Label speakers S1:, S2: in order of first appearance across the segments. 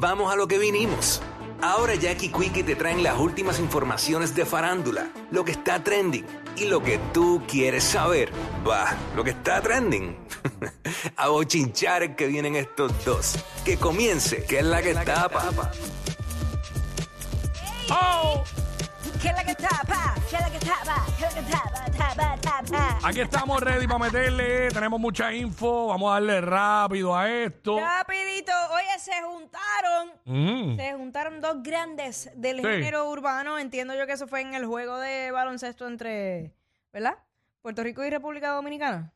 S1: Vamos a lo que vinimos. Ahora Jackie y Quickie te traen las últimas informaciones de farándula, lo que está trending y lo que tú quieres saber. Va, lo que está trending. a bochinchar que vienen estos dos. Que comience, que es la que, tapa.
S2: ¡Oh!
S3: ¿Qué es la que tapa? ¿Qué es la que tapa? ¿Qué es la que tapa? Tapa, tapa.
S2: Aquí estamos ready para meterle. Tenemos mucha info. Vamos a darle rápido a esto.
S4: Rapidito, oye, se juntaron,
S2: Mm.
S4: se juntaron dos grandes del
S2: Sí.
S4: género urbano. Entiendo yo que eso fue en el juego de baloncesto entre, ¿verdad? Puerto Rico y República Dominicana.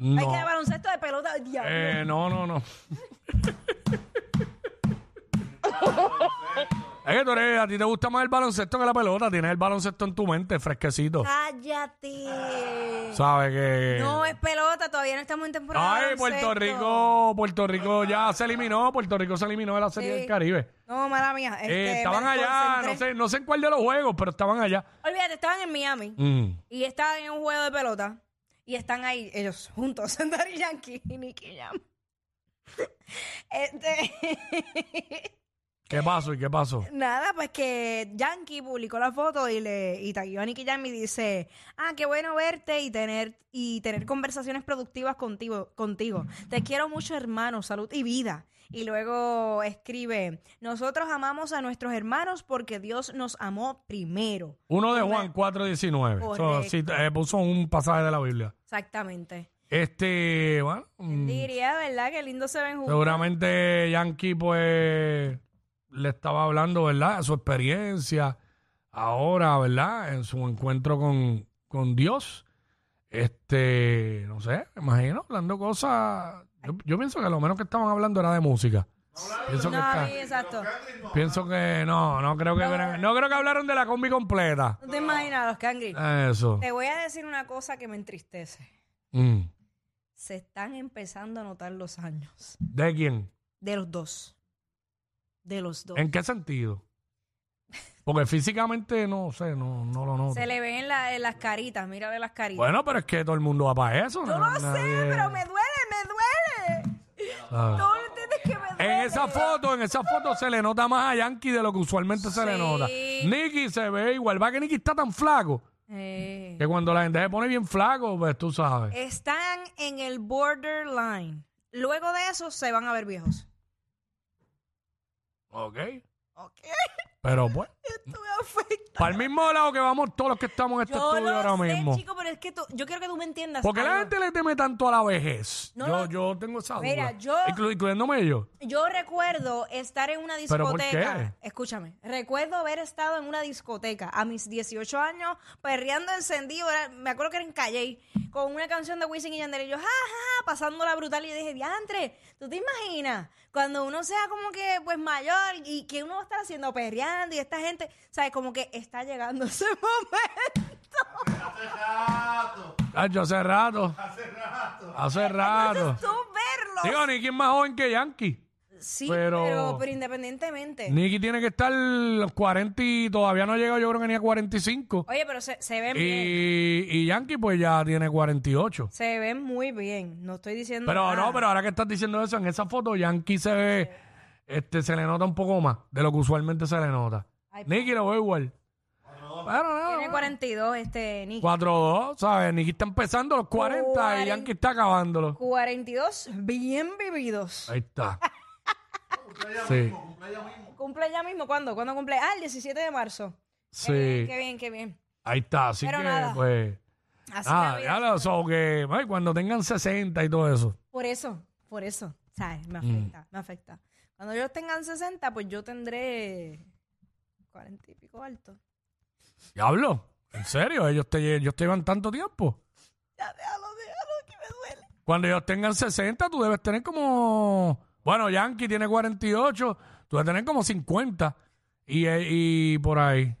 S4: Hay que de
S2: No.
S4: baloncesto de pelota, ay, diablo.
S2: Eh, no, no, no. es que tú eres, a ti te gusta más el baloncesto que la pelota. Tienes el baloncesto en tu mente, fresquecito.
S4: Cállate.
S2: ¿Sabes que
S4: No es pelota, todavía no estamos en temporada. de
S2: Ay, Puerto
S4: baloncesto.
S2: Rico, Puerto Rico ya se eliminó. Puerto Rico se eliminó de la Serie
S4: Sí.
S2: del Caribe.
S4: No, mala mía.
S2: Eh,
S4: este,
S2: estaban
S4: me
S2: allá, no
S4: desconcentré.
S2: sé, no sé en cuál de los juegos, pero estaban allá.
S4: Olvídate, estaban en Miami
S2: Mm.
S4: y estaban en un juego de pelota y están ahí ellos juntos, Sandari Yankee y Nicky Jam. Este,
S2: ¿Qué pasó y qué pasó?
S4: nada, pues que Yankee publicó la foto y le y tagueó a Nicky Jam y dice, ah, qué bueno verte y tener y tener conversaciones productivas contigo, contigo. Te quiero mucho, hermano, salud y vida. Y luego escribe, nosotros amamos a nuestros hermanos porque Dios nos amó primero.
S2: Uno de Juan 4.19. Eso,
S4: Correcto.
S2: sí, eh, puso un pasaje de la Biblia.
S4: Exactamente.
S2: Este, bueno, mm,
S4: Diría, ¿verdad? Que lindo se ven juntos.
S2: seguramente Yankee, pues, le estaba hablando, ¿verdad? Su experiencia ahora, ¿verdad? En su encuentro con, con Dios. Este, no sé, me imagino, hablando cosas. Yo, yo pienso que lo menos que estaban hablando era de música. Pienso que,
S4: No,
S2: está-
S4: sí, exacto.
S2: pienso que no, no creo que hubieran- no creo que hablaron de la combi completa.
S4: No te imaginas los cangri.
S2: Eso.
S4: Te voy a decir una cosa que me entristece.
S2: Mm.
S4: Se están empezando a notar los años.
S2: ¿De quién?
S4: De los dos. De los dos.
S2: ¿En qué sentido? Porque físicamente no sé, no, no lo noto.
S4: Se le ven en, la- en las caritas, mira de las caritas.
S2: Bueno, pero es que todo el mundo va para eso.
S4: Yo lo sé, pero me duele, me duele. ¿Tú no entiendes que me duele?
S2: En esa foto, en esa foto se le nota más a Yankee de lo que usualmente se le
S4: Sí.
S2: nota. Nicky se ve igual, va que Nicky está tan flaco
S4: Eh,
S2: que cuando la gente se pone bien flaco, pues tú sabes.
S4: están en el borderline. Luego de eso se van a ver viejos.
S2: Ok.
S4: Ok,
S2: Pero pues,
S4: esto me afecta.
S2: para el mismo lado que vamos todos los que estamos en este
S4: Yo
S2: estudio
S4: lo
S2: ahora
S4: sé,
S2: mismo.
S4: chico, pero es que tú- yo quiero que tú me entiendas.
S2: Porque la
S4: algo.
S2: gente le teme tanto a la vejez.
S4: No,
S2: yo,
S4: no.
S2: yo tengo esa duda.
S4: Mira, yo-
S2: Inclu- incluyéndome yo.
S4: Yo recuerdo estar en una
S2: ¿Pero por
S4: discoteca. Escúchame, recuerdo haber estado en una discoteca a mis 18 años, perreando encendido. era- me acuerdo que era en Calle, con una canción de Wisin y Yandel. Y yo, ja, ja, ja, pasándola brutal. Y dije, diantre, ¿tú te imaginas? Cuando uno sea como que, pues, mayor y que uno va a estar haciendo perreando y esta gente, ¿sabes? Como que está llegando ese momento.
S2: Cacho, hace rato. Hace rato. Hace rato.
S4: Tú verlo.
S2: Digo, Nicky es más joven que Yankee.
S4: sí,
S2: pero-
S4: pero, pero independientemente.
S2: Nicky tiene que estar los 40 y todavía no ha llegado, yo creo que ni a 45.
S4: Oye, pero se, se ven
S2: Y,
S4: bien.
S2: y Yankee pues ya tiene 48.
S4: Se ven muy bien. No estoy diciendo.
S2: Pero
S4: nada.
S2: no, pero ahora que estás diciendo eso, en esa foto Yankee se ve, este, se le nota un poco más de lo que usualmente se le nota.
S4: Ay,
S2: Nicky lo veo igual. Pero no,
S4: Tiene 42 este Nick.
S2: 4-2, ¿sabes? Nicky está empezando los 40 y
S4: Cuaren-
S2: Yankee está acabándolo.
S4: 42 bien vividos.
S2: Ahí está. sí,
S4: Cumple ya mismo. ¿Cuándo? ¿Cuándo cumple? Ah, el 17 de marzo.
S2: sí.
S4: Qué bien, qué bien.
S2: Ahí está, así
S4: Eh, Pero
S2: que
S4: nada.
S2: pues...
S4: Así la
S2: Ah,
S4: vida.
S2: ya lo so que ay, cuando tengan 60 y todo eso.
S4: Por eso, por eso. ¿Sabes?
S2: Mm.
S4: Me afecta, me afecta. Cuando ellos tengan 60, pues yo tendré 40 y pico alto.
S2: Diablo, en serio, ellos te, lle- ellos te llevan tanto tiempo.
S4: Ya, déjalo, déjalo, que me duele.
S2: Cuando ellos tengan 60, tú debes tener como. Bueno, Yankee tiene 48, tú debes tener como 50 y, eh, y por ahí.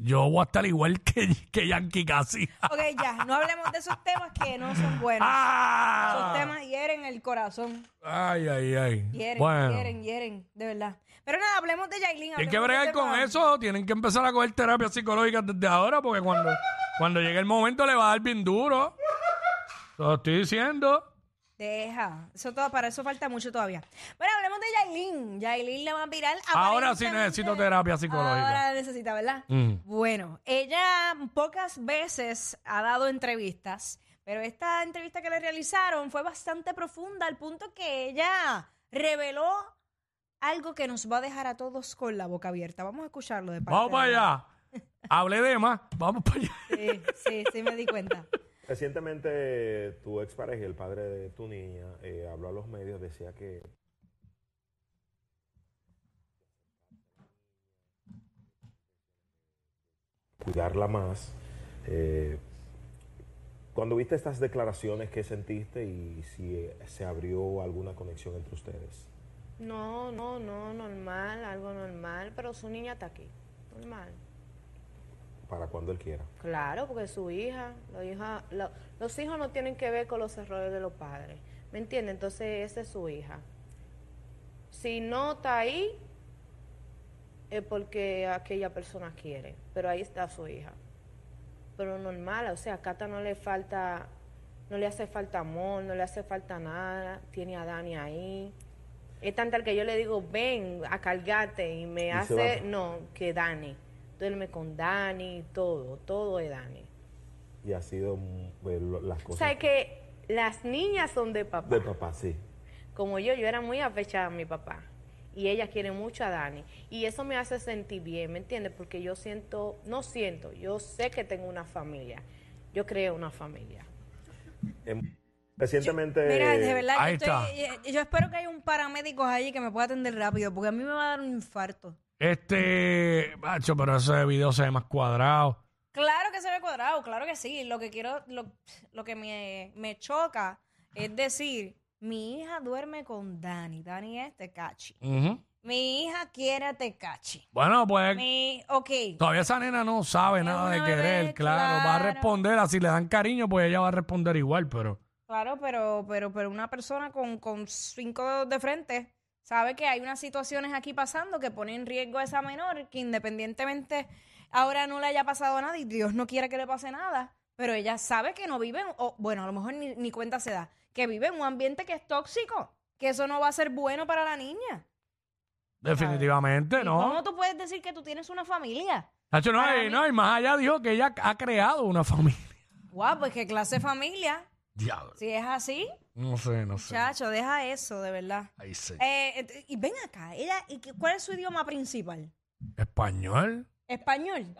S2: Yo voy a estar igual que, que Yankee casi.
S4: Ok, ya, no hablemos de esos temas que no son buenos. Esos
S2: ¡Ah!
S4: temas hieren el corazón.
S2: Ay, ay, ay.
S4: Hieren,
S2: bueno,
S4: hieren, hieren, de verdad. Pero nada, hablemos de Yailin.
S2: tienen que
S4: hablemos
S2: bregar
S4: de este Bad
S2: con
S4: Bunny.
S2: eso, tienen que empezar a coger terapia psicológica desde ahora porque cuando, cuando llegue el momento le va a dar bien duro. Te lo estoy diciendo.
S4: Deja. Eso todo, para eso falta mucho todavía. Bueno, hablemos de Yailin. Yailin la más viral.
S2: Ahora sí
S4: aparentemente-
S2: necesito terapia psicológica.
S4: Ahora necesita, ¿verdad?
S2: Mm.
S4: Bueno, ella pocas veces ha dado entrevistas, pero esta entrevista que le realizaron fue bastante profunda al punto que ella reveló algo que nos va a dejar a todos con la boca abierta. Vamos a escucharlo de parte.
S2: Vamos
S4: de
S2: para
S4: ella.
S2: allá. Hablé de más. Vamos para allá.
S4: Sí, sí, sí me di cuenta.
S5: Recientemente tu expareja, el padre de tu niña, eh, habló a los medios, decía que cuidarla más. eh, cuando viste estas declaraciones, ¿qué sentiste y si eh, se abrió alguna conexión entre ustedes?
S6: No, no, no, normal, algo normal, pero su niña está aquí, normal.
S5: Para cuando él quiera.
S6: Claro, porque es su hija, la hija la- los hijos no tienen que ver con los errores de los padres, ¿me entiendes? Entonces esa es su hija. Si no está ahí, es porque aquella persona quiere, pero ahí está su hija. Pero normal, o sea, a Cata no le falta, no le hace falta amor, no le hace falta nada, tiene a Dani ahí. Es tanto al que yo le digo, ven a cargarte y me
S5: Y se
S6: hace,
S5: va.
S6: no, que Dani, duerme con Dani, todo, todo es Dani.
S5: Y ha sido mm, pues, lo- las
S6: O
S5: cosas
S6: sea, es que las niñas son de papá.
S5: de papá, sí.
S6: Como yo, yo era muy afechada a mi papá. Y ella quiere mucho a Dani. Y eso me hace sentir bien, ¿me entiendes? Porque yo siento, no siento, yo sé que tengo una familia. Yo creo una familia.
S5: Em- Recientemente...
S4: Mira, de verdad,
S2: Ahí
S4: yo, estoy- eh, yo espero que haya un paramédico allí que me pueda atender rápido, porque a mí me va a dar un infarto.
S2: Este, macho, pero ese video se ve más cuadrado.
S4: Claro que se ve cuadrado, claro que sí. Lo que quiero, lo, lo que me, me choca es decir, mi hija duerme con Dani, Dani es Tecachi.
S2: Ujú.
S4: Mi hija quiere a Tecachi.
S2: Bueno, pues
S4: Mi, ok.
S2: todavía esa nena no sabe
S4: Es
S2: nada de
S4: una
S2: querer,
S4: bebé,
S2: claro. Va a
S4: claro.
S2: responder, así le dan cariño, pues ella va a responder igual, pero
S4: Claro, pero, pero, pero una persona con, con cinco dedos de frente sabe que hay unas situaciones aquí pasando que ponen en riesgo a esa menor, que independientemente ahora no le haya pasado nada y Dios no quiera que le pase nada, pero ella sabe que no vive, en- o bueno, a lo mejor ni, ni cuenta se da, que vive en un ambiente que es tóxico, que eso no va a ser bueno para la niña.
S2: definitivamente
S4: ¿Y
S2: no.
S4: ¿Cómo tú puedes decir que tú tienes una familia?
S2: Nacho, no,
S4: para
S2: y,
S4: mí-
S2: no, y más allá dijo que ella ha creado una familia.
S4: Guau, pues qué clase de familia.
S2: Diablo.
S4: Si es así,
S2: No sé, no sé.
S4: chacho, deja eso, de verdad.
S2: Ahí sí.
S4: Eh, et- y ven acá, ella, ¿y qué- ¿cuál es su idioma principal?
S2: Español.
S4: ¿Español?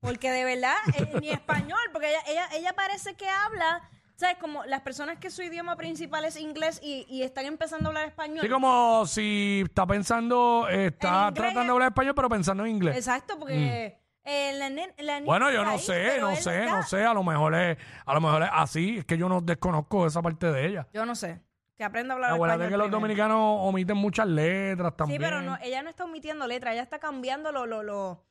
S4: Porque de verdad, eh, ni español, porque ella, ella, ella parece que habla, ¿sabes? Como las personas que su idioma principal es inglés y, y están empezando a hablar español.
S2: Sí, como si está pensando, eh, está
S4: En inglés.
S2: tratando de hablar español, pero pensando en inglés.
S4: Exacto, porque eh, la, nen- la niña
S2: Mm. Bueno, yo
S4: está
S2: no
S4: ahí,
S2: sé,
S4: pero
S2: no
S4: él
S2: sé,
S4: está-
S2: no sé. A lo mejor es, a lo mejor es así. Es que yo no desconozco esa parte de ella.
S4: Yo no sé, que aprenda a hablar
S2: Acuérdate
S4: español.
S2: que los
S4: primero.
S2: dominicanos omiten muchas letras
S4: Sí,
S2: también.
S4: pero no, ella no está omitiendo letras, ella está cambiando lo, lo, lo,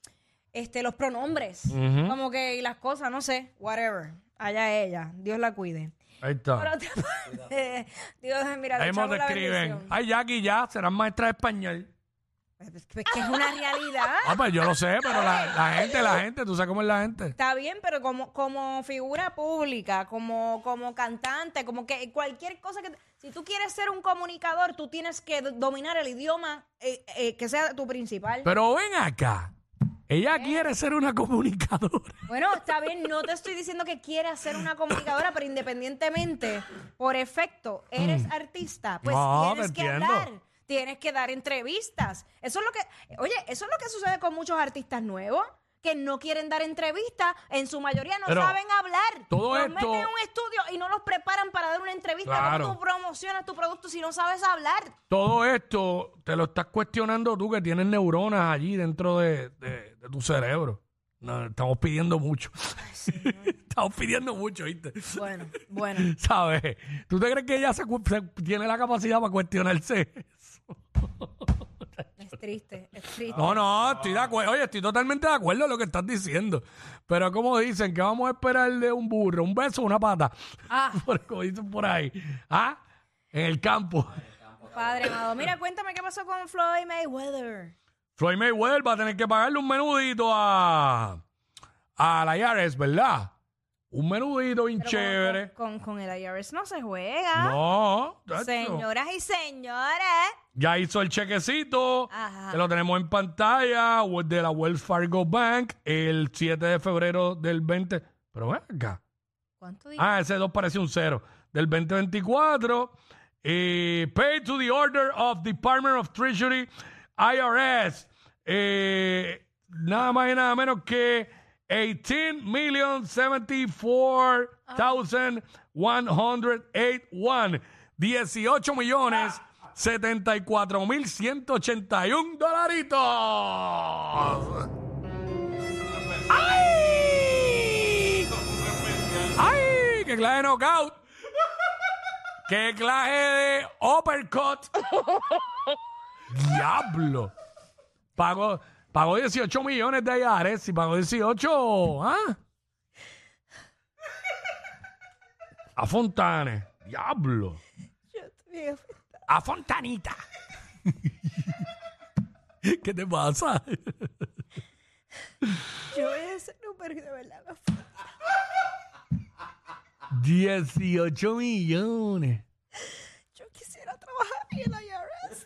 S4: este, los pronombres,
S2: Ujú.
S4: como que y las cosas, no sé, whatever. Allá ella, Dios la cuide.
S2: Ahí está.
S4: Por otra parte, Dios, mira, le
S2: Ah. Ahí mismo
S4: echamos
S2: te
S4: la
S2: escriben.
S4: bendición.
S2: Ay, Jackie, ya, serás maestra de español.
S4: Pues, pues, pues, que es una realidad.
S2: Ah, pues yo lo sé, pero la, la gente, la gente, tú sabes cómo es la gente.
S4: Está bien, pero como, como figura pública, como, como cantante, como que cualquier cosa que... Si tú quieres ser un comunicador, tú tienes que do- dominar el idioma eh, eh, que sea tu principal.
S2: Pero ven acá. Ella quiere ser una comunicadora.
S4: Bueno, está bien, no te estoy diciendo que quieras ser una comunicadora, pero independientemente, por efecto, eres artista, pues
S2: Mm. No,
S4: tienes
S2: te
S4: que
S2: entiendo.
S4: hablar, tienes que dar entrevistas. Eso es lo que, oye, eso es lo que sucede con muchos artistas nuevos que no quieren dar entrevistas, en su mayoría no
S2: Pero
S4: saben hablar.
S2: todo
S4: los
S2: esto-
S4: meten en un estudio y no los preparan para dar una entrevista.
S2: Claro.
S4: ¿Cómo tú promocionas tu producto si no sabes hablar?
S2: Todo esto te lo estás cuestionando tú que tienes neuronas allí dentro de, de- de tu cerebro. No, estamos pidiendo mucho. estamos pidiendo mucho, ¿viste?
S4: Bueno, bueno.
S2: ¿Sabes? ¿Tú te crees que ella se cu- se tiene la capacidad para cuestionarse?
S4: Es triste, es triste.
S2: No, no, estoy de acuerdo. Oye, estoy totalmente de acuerdo en lo que estás diciendo. Pero como dicen, ¿qué vamos a esperar de un burro? ¿Un beso o una pata?
S4: Ah.
S2: Por- como dicen por ahí. ¿Ah? En el campo.
S4: Padre amado. Mira, cuéntame qué pasó con Floyd Mayweather.
S2: Floyd Mayweather va a tener que pagarle un menudito a, a la IRS, ¿verdad? Un menudito bien
S4: Pero con-
S2: chévere.
S4: Con, con el IRS no se juega.
S2: No, tacho.
S4: Señoras y señores.
S2: Ya hizo el chequecito.
S4: Ajá.
S2: que Lo tenemos en pantalla. we- De la Wells Fargo Bank. El 7 de febrero del 20. Pero ven acá.
S4: ¿Cuánto dinero?
S2: Ah, ese 2 parece un 0. Del 2024. Eh, pay to the order of Department of Treasury IRS. Eh, nada más y nada menos que 18,074,108,181. 18 millones 74,181 dolaritos. ¡Ay! ¡Ay! ¡Qué clase de knockout! ¡Qué clase de uppercut! ¡Diablo! Pagó, pagó 18 millones de IRS y pagó 18. ¿Ah? A Fontanes. ¡Diablo! A Fontanita. ¿Qué te pasa?
S4: Yo voy a hacer un perro de verdad.
S2: 18 millones.
S4: Yo quisiera trabajar en el IRS.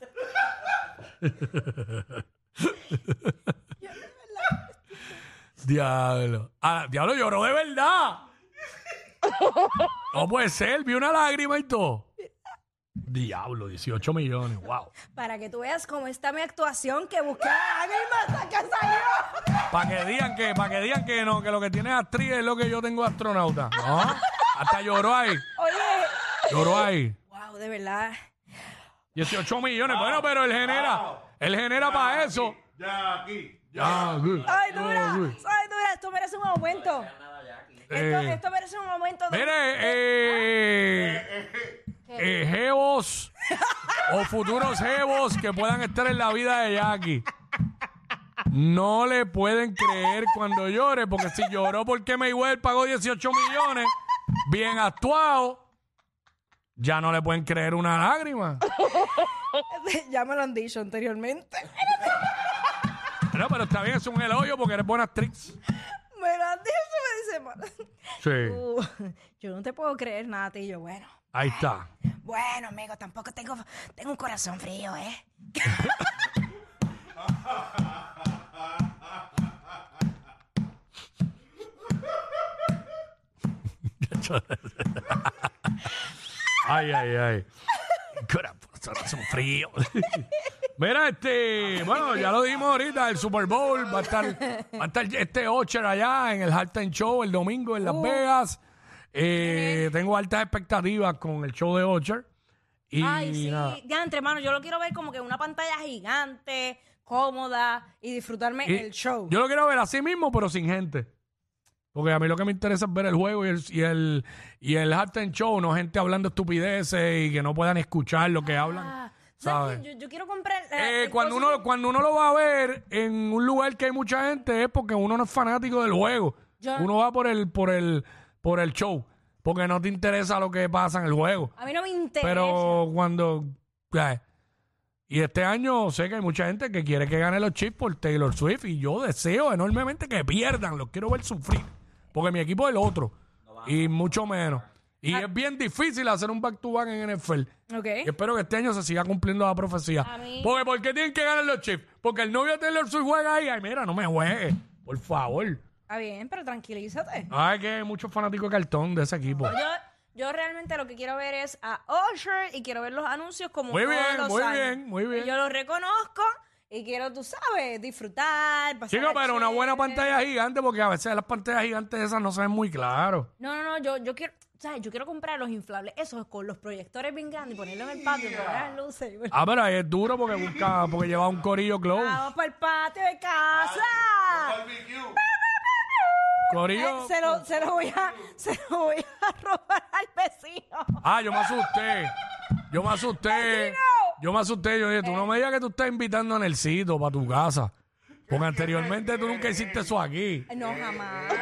S2: Diablo. Ah, diablo lloró de verdad. No puede ser, vi una lágrima y todo. Diablo, 18 millones, wow.
S4: Para que tú veas cómo está mi actuación que busqué lágrimas hasta que salió.
S2: Para que digan que, para que digan que no, que lo que tiene actriz es lo que yo tengo astronauta. No, hasta lloró ahí,
S4: Oye.
S2: lloró ahí.
S4: Wow, de verdad.
S2: 18 millones, bueno, pero él genera, él genera para eso. Ya Eh, aquí. Ya
S4: Ay, dura. Ay, dura. Esto merece un aumento. Esto,
S2: Eh.
S4: esto merece un aumento. de-
S2: Mire, eh, eh, jevos o futuros jevos que puedan estar en la vida de Jackie. No le pueden creer cuando llore, porque si lloró porque Mayweather pagó 18 millones, bien actuado, ya no le pueden creer una lágrima.
S4: ya me lo han dicho anteriormente.
S2: No, pero está bien, es un elogio porque eres buena actriz.
S4: Me lo han dicho. Me dicen,
S2: Sí,
S4: "Tú, yo no te puedo creer nada. Y yo, bueno.
S2: ahí está.
S4: Bueno, amigo, tampoco tengo, tengo un corazón frío, ¿eh?
S2: Ay, ay, ay. pues, Corazón frío. Mira, este, bueno, ya lo dimos ahorita, el Super Bowl va a estar, va a estar este Ocher allá en el Halftime Show el domingo en Las
S4: Uh.
S2: Vegas. Eh, tengo altas expectativas con el show de Ocher. Y
S4: Ay, sí.
S2: nada.
S4: Ya, entre manos, yo lo quiero ver como que en una pantalla gigante, cómoda y disfrutarme
S2: Y
S4: el show.
S2: Yo lo quiero ver así mismo, pero sin gente. Porque a mí lo que me interesa es ver el juego y el, y el, y el halftime show, no gente hablando estupideces y que no puedan escuchar lo que hablan.
S4: Ah, ¿sabes
S2: ¿sabes?
S4: qué? Yo, yo quiero comprar. eh,
S2: Eh,
S4: el
S2: cuando,
S4: coso
S2: uno, cuando uno lo va a ver en un lugar que hay mucha gente es porque uno no es fanático del juego.
S4: Yo-
S2: Uno va por el, por el, por el show, porque no te interesa lo que pasa en el juego.
S4: que- A mí no me interesa.
S2: Pero cuando... eh, Y este año sé que hay mucha gente que quiere que gane los chips por Taylor Swift y yo deseo enormemente que pierdan, los quiero ver sufrir, porque mi equipo es el otro y mucho menos. Y es bien difícil hacer un back-to-back en NFL. Y
S4: ok.
S2: espero que este año se siga cumpliendo la profecía.
S4: ¿Eh? A mí-
S2: Porque ¿por qué tienen que ganar los chips? Porque el novio de Taylor Swift juega ahí. Ay, mira, no me juegue. Por favor.
S4: Está bien, pero tranquilízate.
S2: Ay, que hay muchos fanáticos de cartón de ese equipo.
S4: Yo, yo realmente lo que quiero ver es a Usher y quiero ver los anuncios como
S2: Muy
S4: todos
S2: bien,
S4: los
S2: muy
S4: años.
S2: bien, muy bien.
S4: Y Yo los reconozco y quiero, tú sabes, disfrutar. pasarla
S2: Chico, pero una buena
S4: chévere.
S2: pantalla gigante, porque a veces las pantallas gigantes esas no se ven muy claro.
S4: No, no, no, yo, yo quiero, ¿sabes? Yo quiero comprar los inflables, esos con los proyectores bien grandes y ponerlos en el patio, poner las luces. y bueno.
S2: Ah, pero ahí es duro porque busca, porque lleva un corillo close.
S4: Vamos para el patio de casa.
S2: Corillo.
S4: Eh, se, lo, se lo voy a, se lo voy a robar al vecino.
S2: Ah, yo me asusté. Yo me asusté. Yo me asusté. Yo dije, tú
S4: Eh.
S2: no me digas que tú estás invitando a Nelsito para tu casa. Porque anteriormente tú nunca hiciste eso aquí.
S4: No, jamás.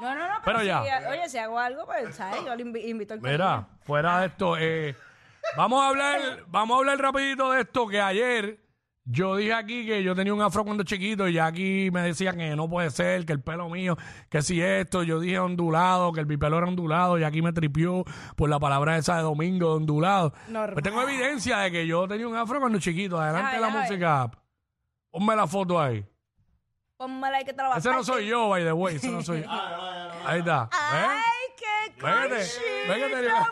S4: No, no, no, pero,
S2: Eh, Pero ya.
S4: si- oye, si hago algo, pues, ¿sabes? Yo le invi- invito al
S2: Mira, fuera de esto, eh, vamos a hablar, vamos a hablar rapidito de esto que ayer Yo dije aquí que yo tenía un afro cuando chiquito y ya aquí me decían que no puede ser, que el pelo mío, que si esto, yo dije ondulado, que el bipelo era ondulado y aquí me tripió por la palabra esa de domingo, de ondulado.
S4: Normal.
S2: Pues tengo evidencia de que yo tenía un afro cuando chiquito. Adelante
S4: Ay,
S2: la
S4: ay.
S2: música. Ponme la foto ahí.
S4: Pónmela ahí que te la vas
S2: Ese no soy yo, ¿eh? by the way. Ese no soy yo. Ahí está. ¿eh?
S4: Ay,
S2: ¿Ves?
S4: qué
S2: Vete, vete,
S4: cosita,
S2: vete.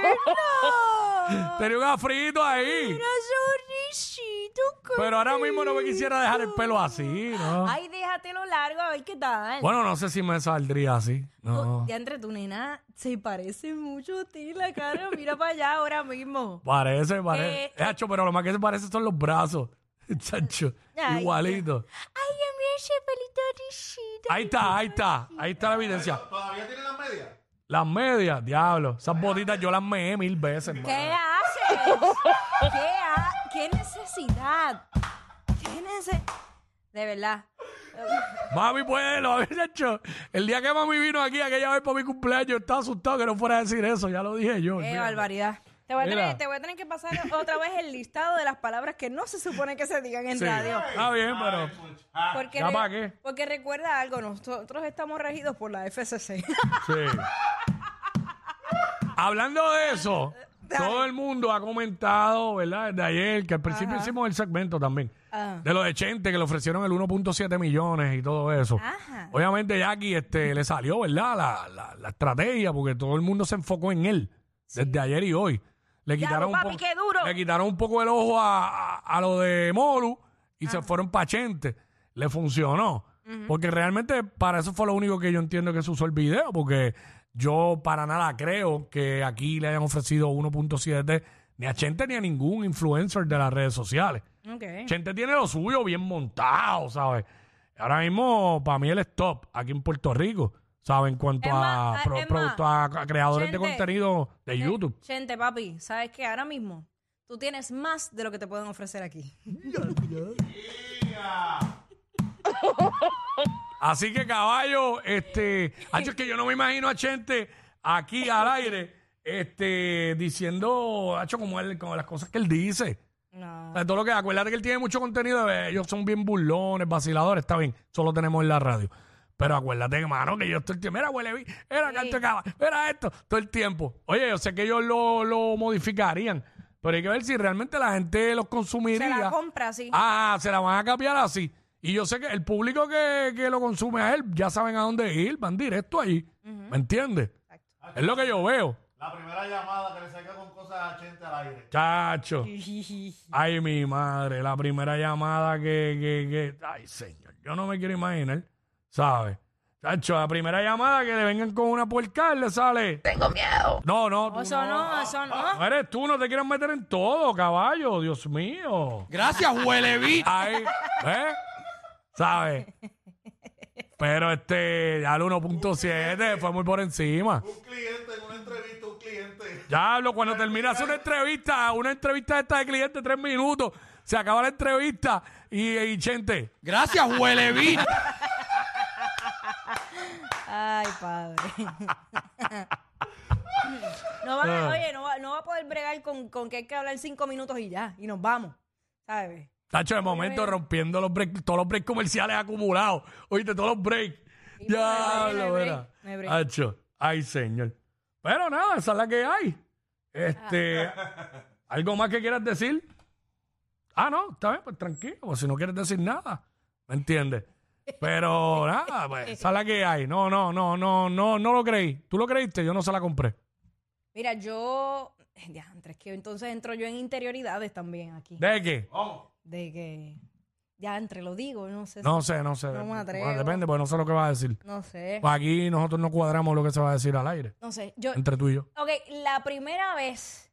S4: molino.
S2: Tenía un afrito ahí.
S4: Mira, zorrillito,
S2: Pero ahora mismo no me quisiera dejar el pelo así, ¿no?
S4: Ay, déjatelo largo a ver qué tal.
S2: Bueno, no sé si me saldría así. No.
S4: Oh, Ya entre tu nena se parece mucho a ti la cara. Mira para allá ahora mismo.
S2: Parece, parece.
S4: Eh,
S2: Chacho, pero lo más que se parece son los brazos. Chacho,
S4: Ay,
S2: igualito.
S4: Ay, ya mira ese pelito rillito.
S2: Ahí está, ahí está. Ahí está la evidencia.
S7: ¿Todavía tiene las medias?
S2: Las medias, diablo. Esas botitas yo las meé mil veces, hermano.
S4: ¿Qué haces? ¿Qué, ha- ¿Qué necesidad? ¿Qué necesidad? De verdad.
S2: Mami, pues, lo había hecho. El día que mami vino aquí aquella vez por mi cumpleaños, yo estaba asustado que no fuera a decir eso. Ya lo dije yo.
S4: Qué
S2: olvídate.
S4: Eh, barbaridad. Te voy, a
S2: Pues Mira.
S4: tener, te voy a tener que pasar otra vez el listado de las palabras que no se supone que se digan en
S2: Sí.
S4: radio.
S2: Está bien, pero.
S4: Porque,
S2: ¿Ya
S4: re-
S2: pa' qué?
S4: porque recuerda algo, nosotros estamos regidos por la FCC.
S2: Sí. Hablando de eso, todo el mundo ha comentado, ¿verdad? Desde ayer, que al principio hicimos el segmento también,
S4: Ajá.
S2: de lo de Chente, que le ofrecieron el 1.7 millones y todo eso.
S4: Ajá.
S2: Obviamente, Jackie este, le salió, ¿verdad? La, la- la estrategia, porque todo el mundo se enfocó en él, desde ayer y hoy. Le
S4: Ya,
S2: quitaron,
S4: papi,
S2: un poco-
S4: qué duro.
S2: le quitaron un poco el ojo a, a- a lo de Molu y
S4: Ah.
S2: se fueron para Chente. Le funcionó. Porque realmente para eso fue lo único que yo entiendo que se usó el video, porque yo para nada creo que aquí le hayan ofrecido 1.7 ni a Chente ni a ningún influencer de las redes sociales.
S4: Ok.
S2: Chente tiene lo suyo bien montado, ¿sabes? Ahora mismo, para mí, el stop aquí en Puerto Rico, ¿sabes? En cuanto
S4: Es
S2: a,
S4: más,
S2: pro-
S4: es más,
S2: producto- a- a creadores de
S4: Chente, eh,
S2: contenido de YouTube.
S4: Gente, papi, ¿sabes qué? Ahora mismo tú tienes más de lo que te pueden ofrecer aquí.
S2: Así que, caballo, este. Hacho, es que yo no me imagino a Chente aquí al aire, este, diciendo, Hacho, como, él, como las cosas que él dice.
S4: No.
S2: O sea, todo lo que acuérdate que él tiene mucho contenido, eh, ellos son bien burlones, vaciladores, está bien, solo tenemos en la radio. Pero acuérdate, hermano, que yo todo el tiempo, era huele bien, era canto de cava, era esto, todo el tiempo. Oye, yo sé que ellos lo, lo modificarían, pero hay que ver si realmente la gente los
S4: Se
S2: consumiría.
S4: la compra, sí.
S2: Ah, se la van a cambiar así. Y yo sé que el público que, que lo consume a él ya saben a dónde ir, van directo ahí. ¿Me entiendes? Es lo que yo veo.
S7: La primera llamada que le saca con cosas a gente al aire.
S2: Chacho. Ay, mi madre, la primera llamada que, que, que- Ay, señor, yo no me quiero imaginar, ¿sabes? Chacho, la primera llamada que le vengan con una puerca, le sale. Tengo miedo. No, no, tú
S4: Eso
S2: no.
S4: no, eso no.
S2: No eres tú, no te quieras meter en todo, caballo, Dios mío. Gracias, huele Ay, ¿ves? ¿Sabes? Pero este, ya el 1.7 fue muy por encima.
S7: Un cliente en una entrevista, un cliente.
S2: Ya hablo, cuando terminas una entrevista, una entrevista esta de cliente, tres minutos, se acaba la entrevista y, y gente. Gracias, huele bien.
S4: Ay, padre. no vas
S2: Ah.
S4: a- oye, no va, no va a poder bregar con, con que hay que hablar cinco minutos y ya, y nos vamos, ¿sabes?
S2: Tacho, de momento rompiendo los break- todos los breaks comerciales acumulados. Oíste, todos los breaks.
S4: no hay
S2: Ya
S4: break, no hay
S2: lo
S4: break,
S2: verá.
S4: no hay break.
S2: Tacho, ay, señor. Pero nada, esa es la que hay. Este, ¿algo más que quieras decir? Ah, no, está bien, pues tranquilo, pues, si no quieres decir nada. ¿Me entiendes? Pero nada, pues, esa es la que hay. No, no, no, no, no, no lo creí. Tú lo creíste, yo no se la compré.
S4: Mira, yo. Diantre, es que entonces entro yo en interioridades también aquí.
S2: ¿De qué?
S4: De que. Diantre, lo digo, no sé. si-
S2: No sé, no sé.
S4: Pues No me
S2: Bueno,
S4: atrevo.
S2: depende, pues no sé lo que vas a decir.
S4: No sé.
S2: Pues aquí nosotros no cuadramos lo que se va a decir al aire,
S4: No sé. Yo,
S2: entre tú y yo.
S4: ok, la primera vez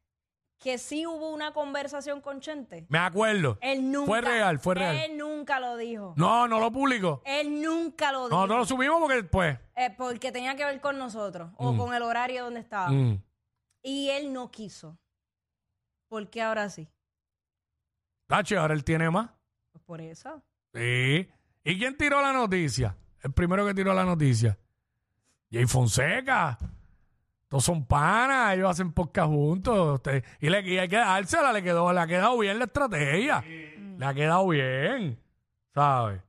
S4: que sí hubo una conversación con Chente,
S2: Me acuerdo.
S4: él nunca.
S2: Fue real, fue real.
S4: Él nunca lo dijo.
S2: No, no lo publico.
S4: Él nunca lo dijo.
S2: Nosotros lo subimos porque pues, después.
S4: Eh, porque tenía que ver con nosotros o con el horario donde estaba.
S2: Mm.
S4: Y él no quiso. ¿Por qué ahora sí?
S2: Tachi, ahora él tiene más.
S4: Pues por eso.
S2: Sí. ¿Y quién tiró la noticia? El primero que tiró la noticia. Jay Fonseca. Todos son panas, ellos hacen podcast juntos. Usted- Y, le, y hay que dársela, le quedó, le ha quedado bien la estrategia. Le ha quedado bien, ¿sabes?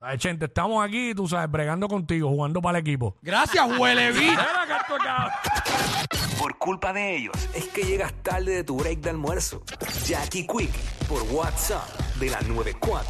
S2: Ay, Chente, estamos aquí, tú sabes, bregando contigo, jugando para el equipo.
S8: Gracias, huele bicho.
S2: Mira que esto acaba.
S1: Por culpa de ellos es que llegas tarde de tu break de almuerzo. Jackie Quick por WhatsApp de la 94.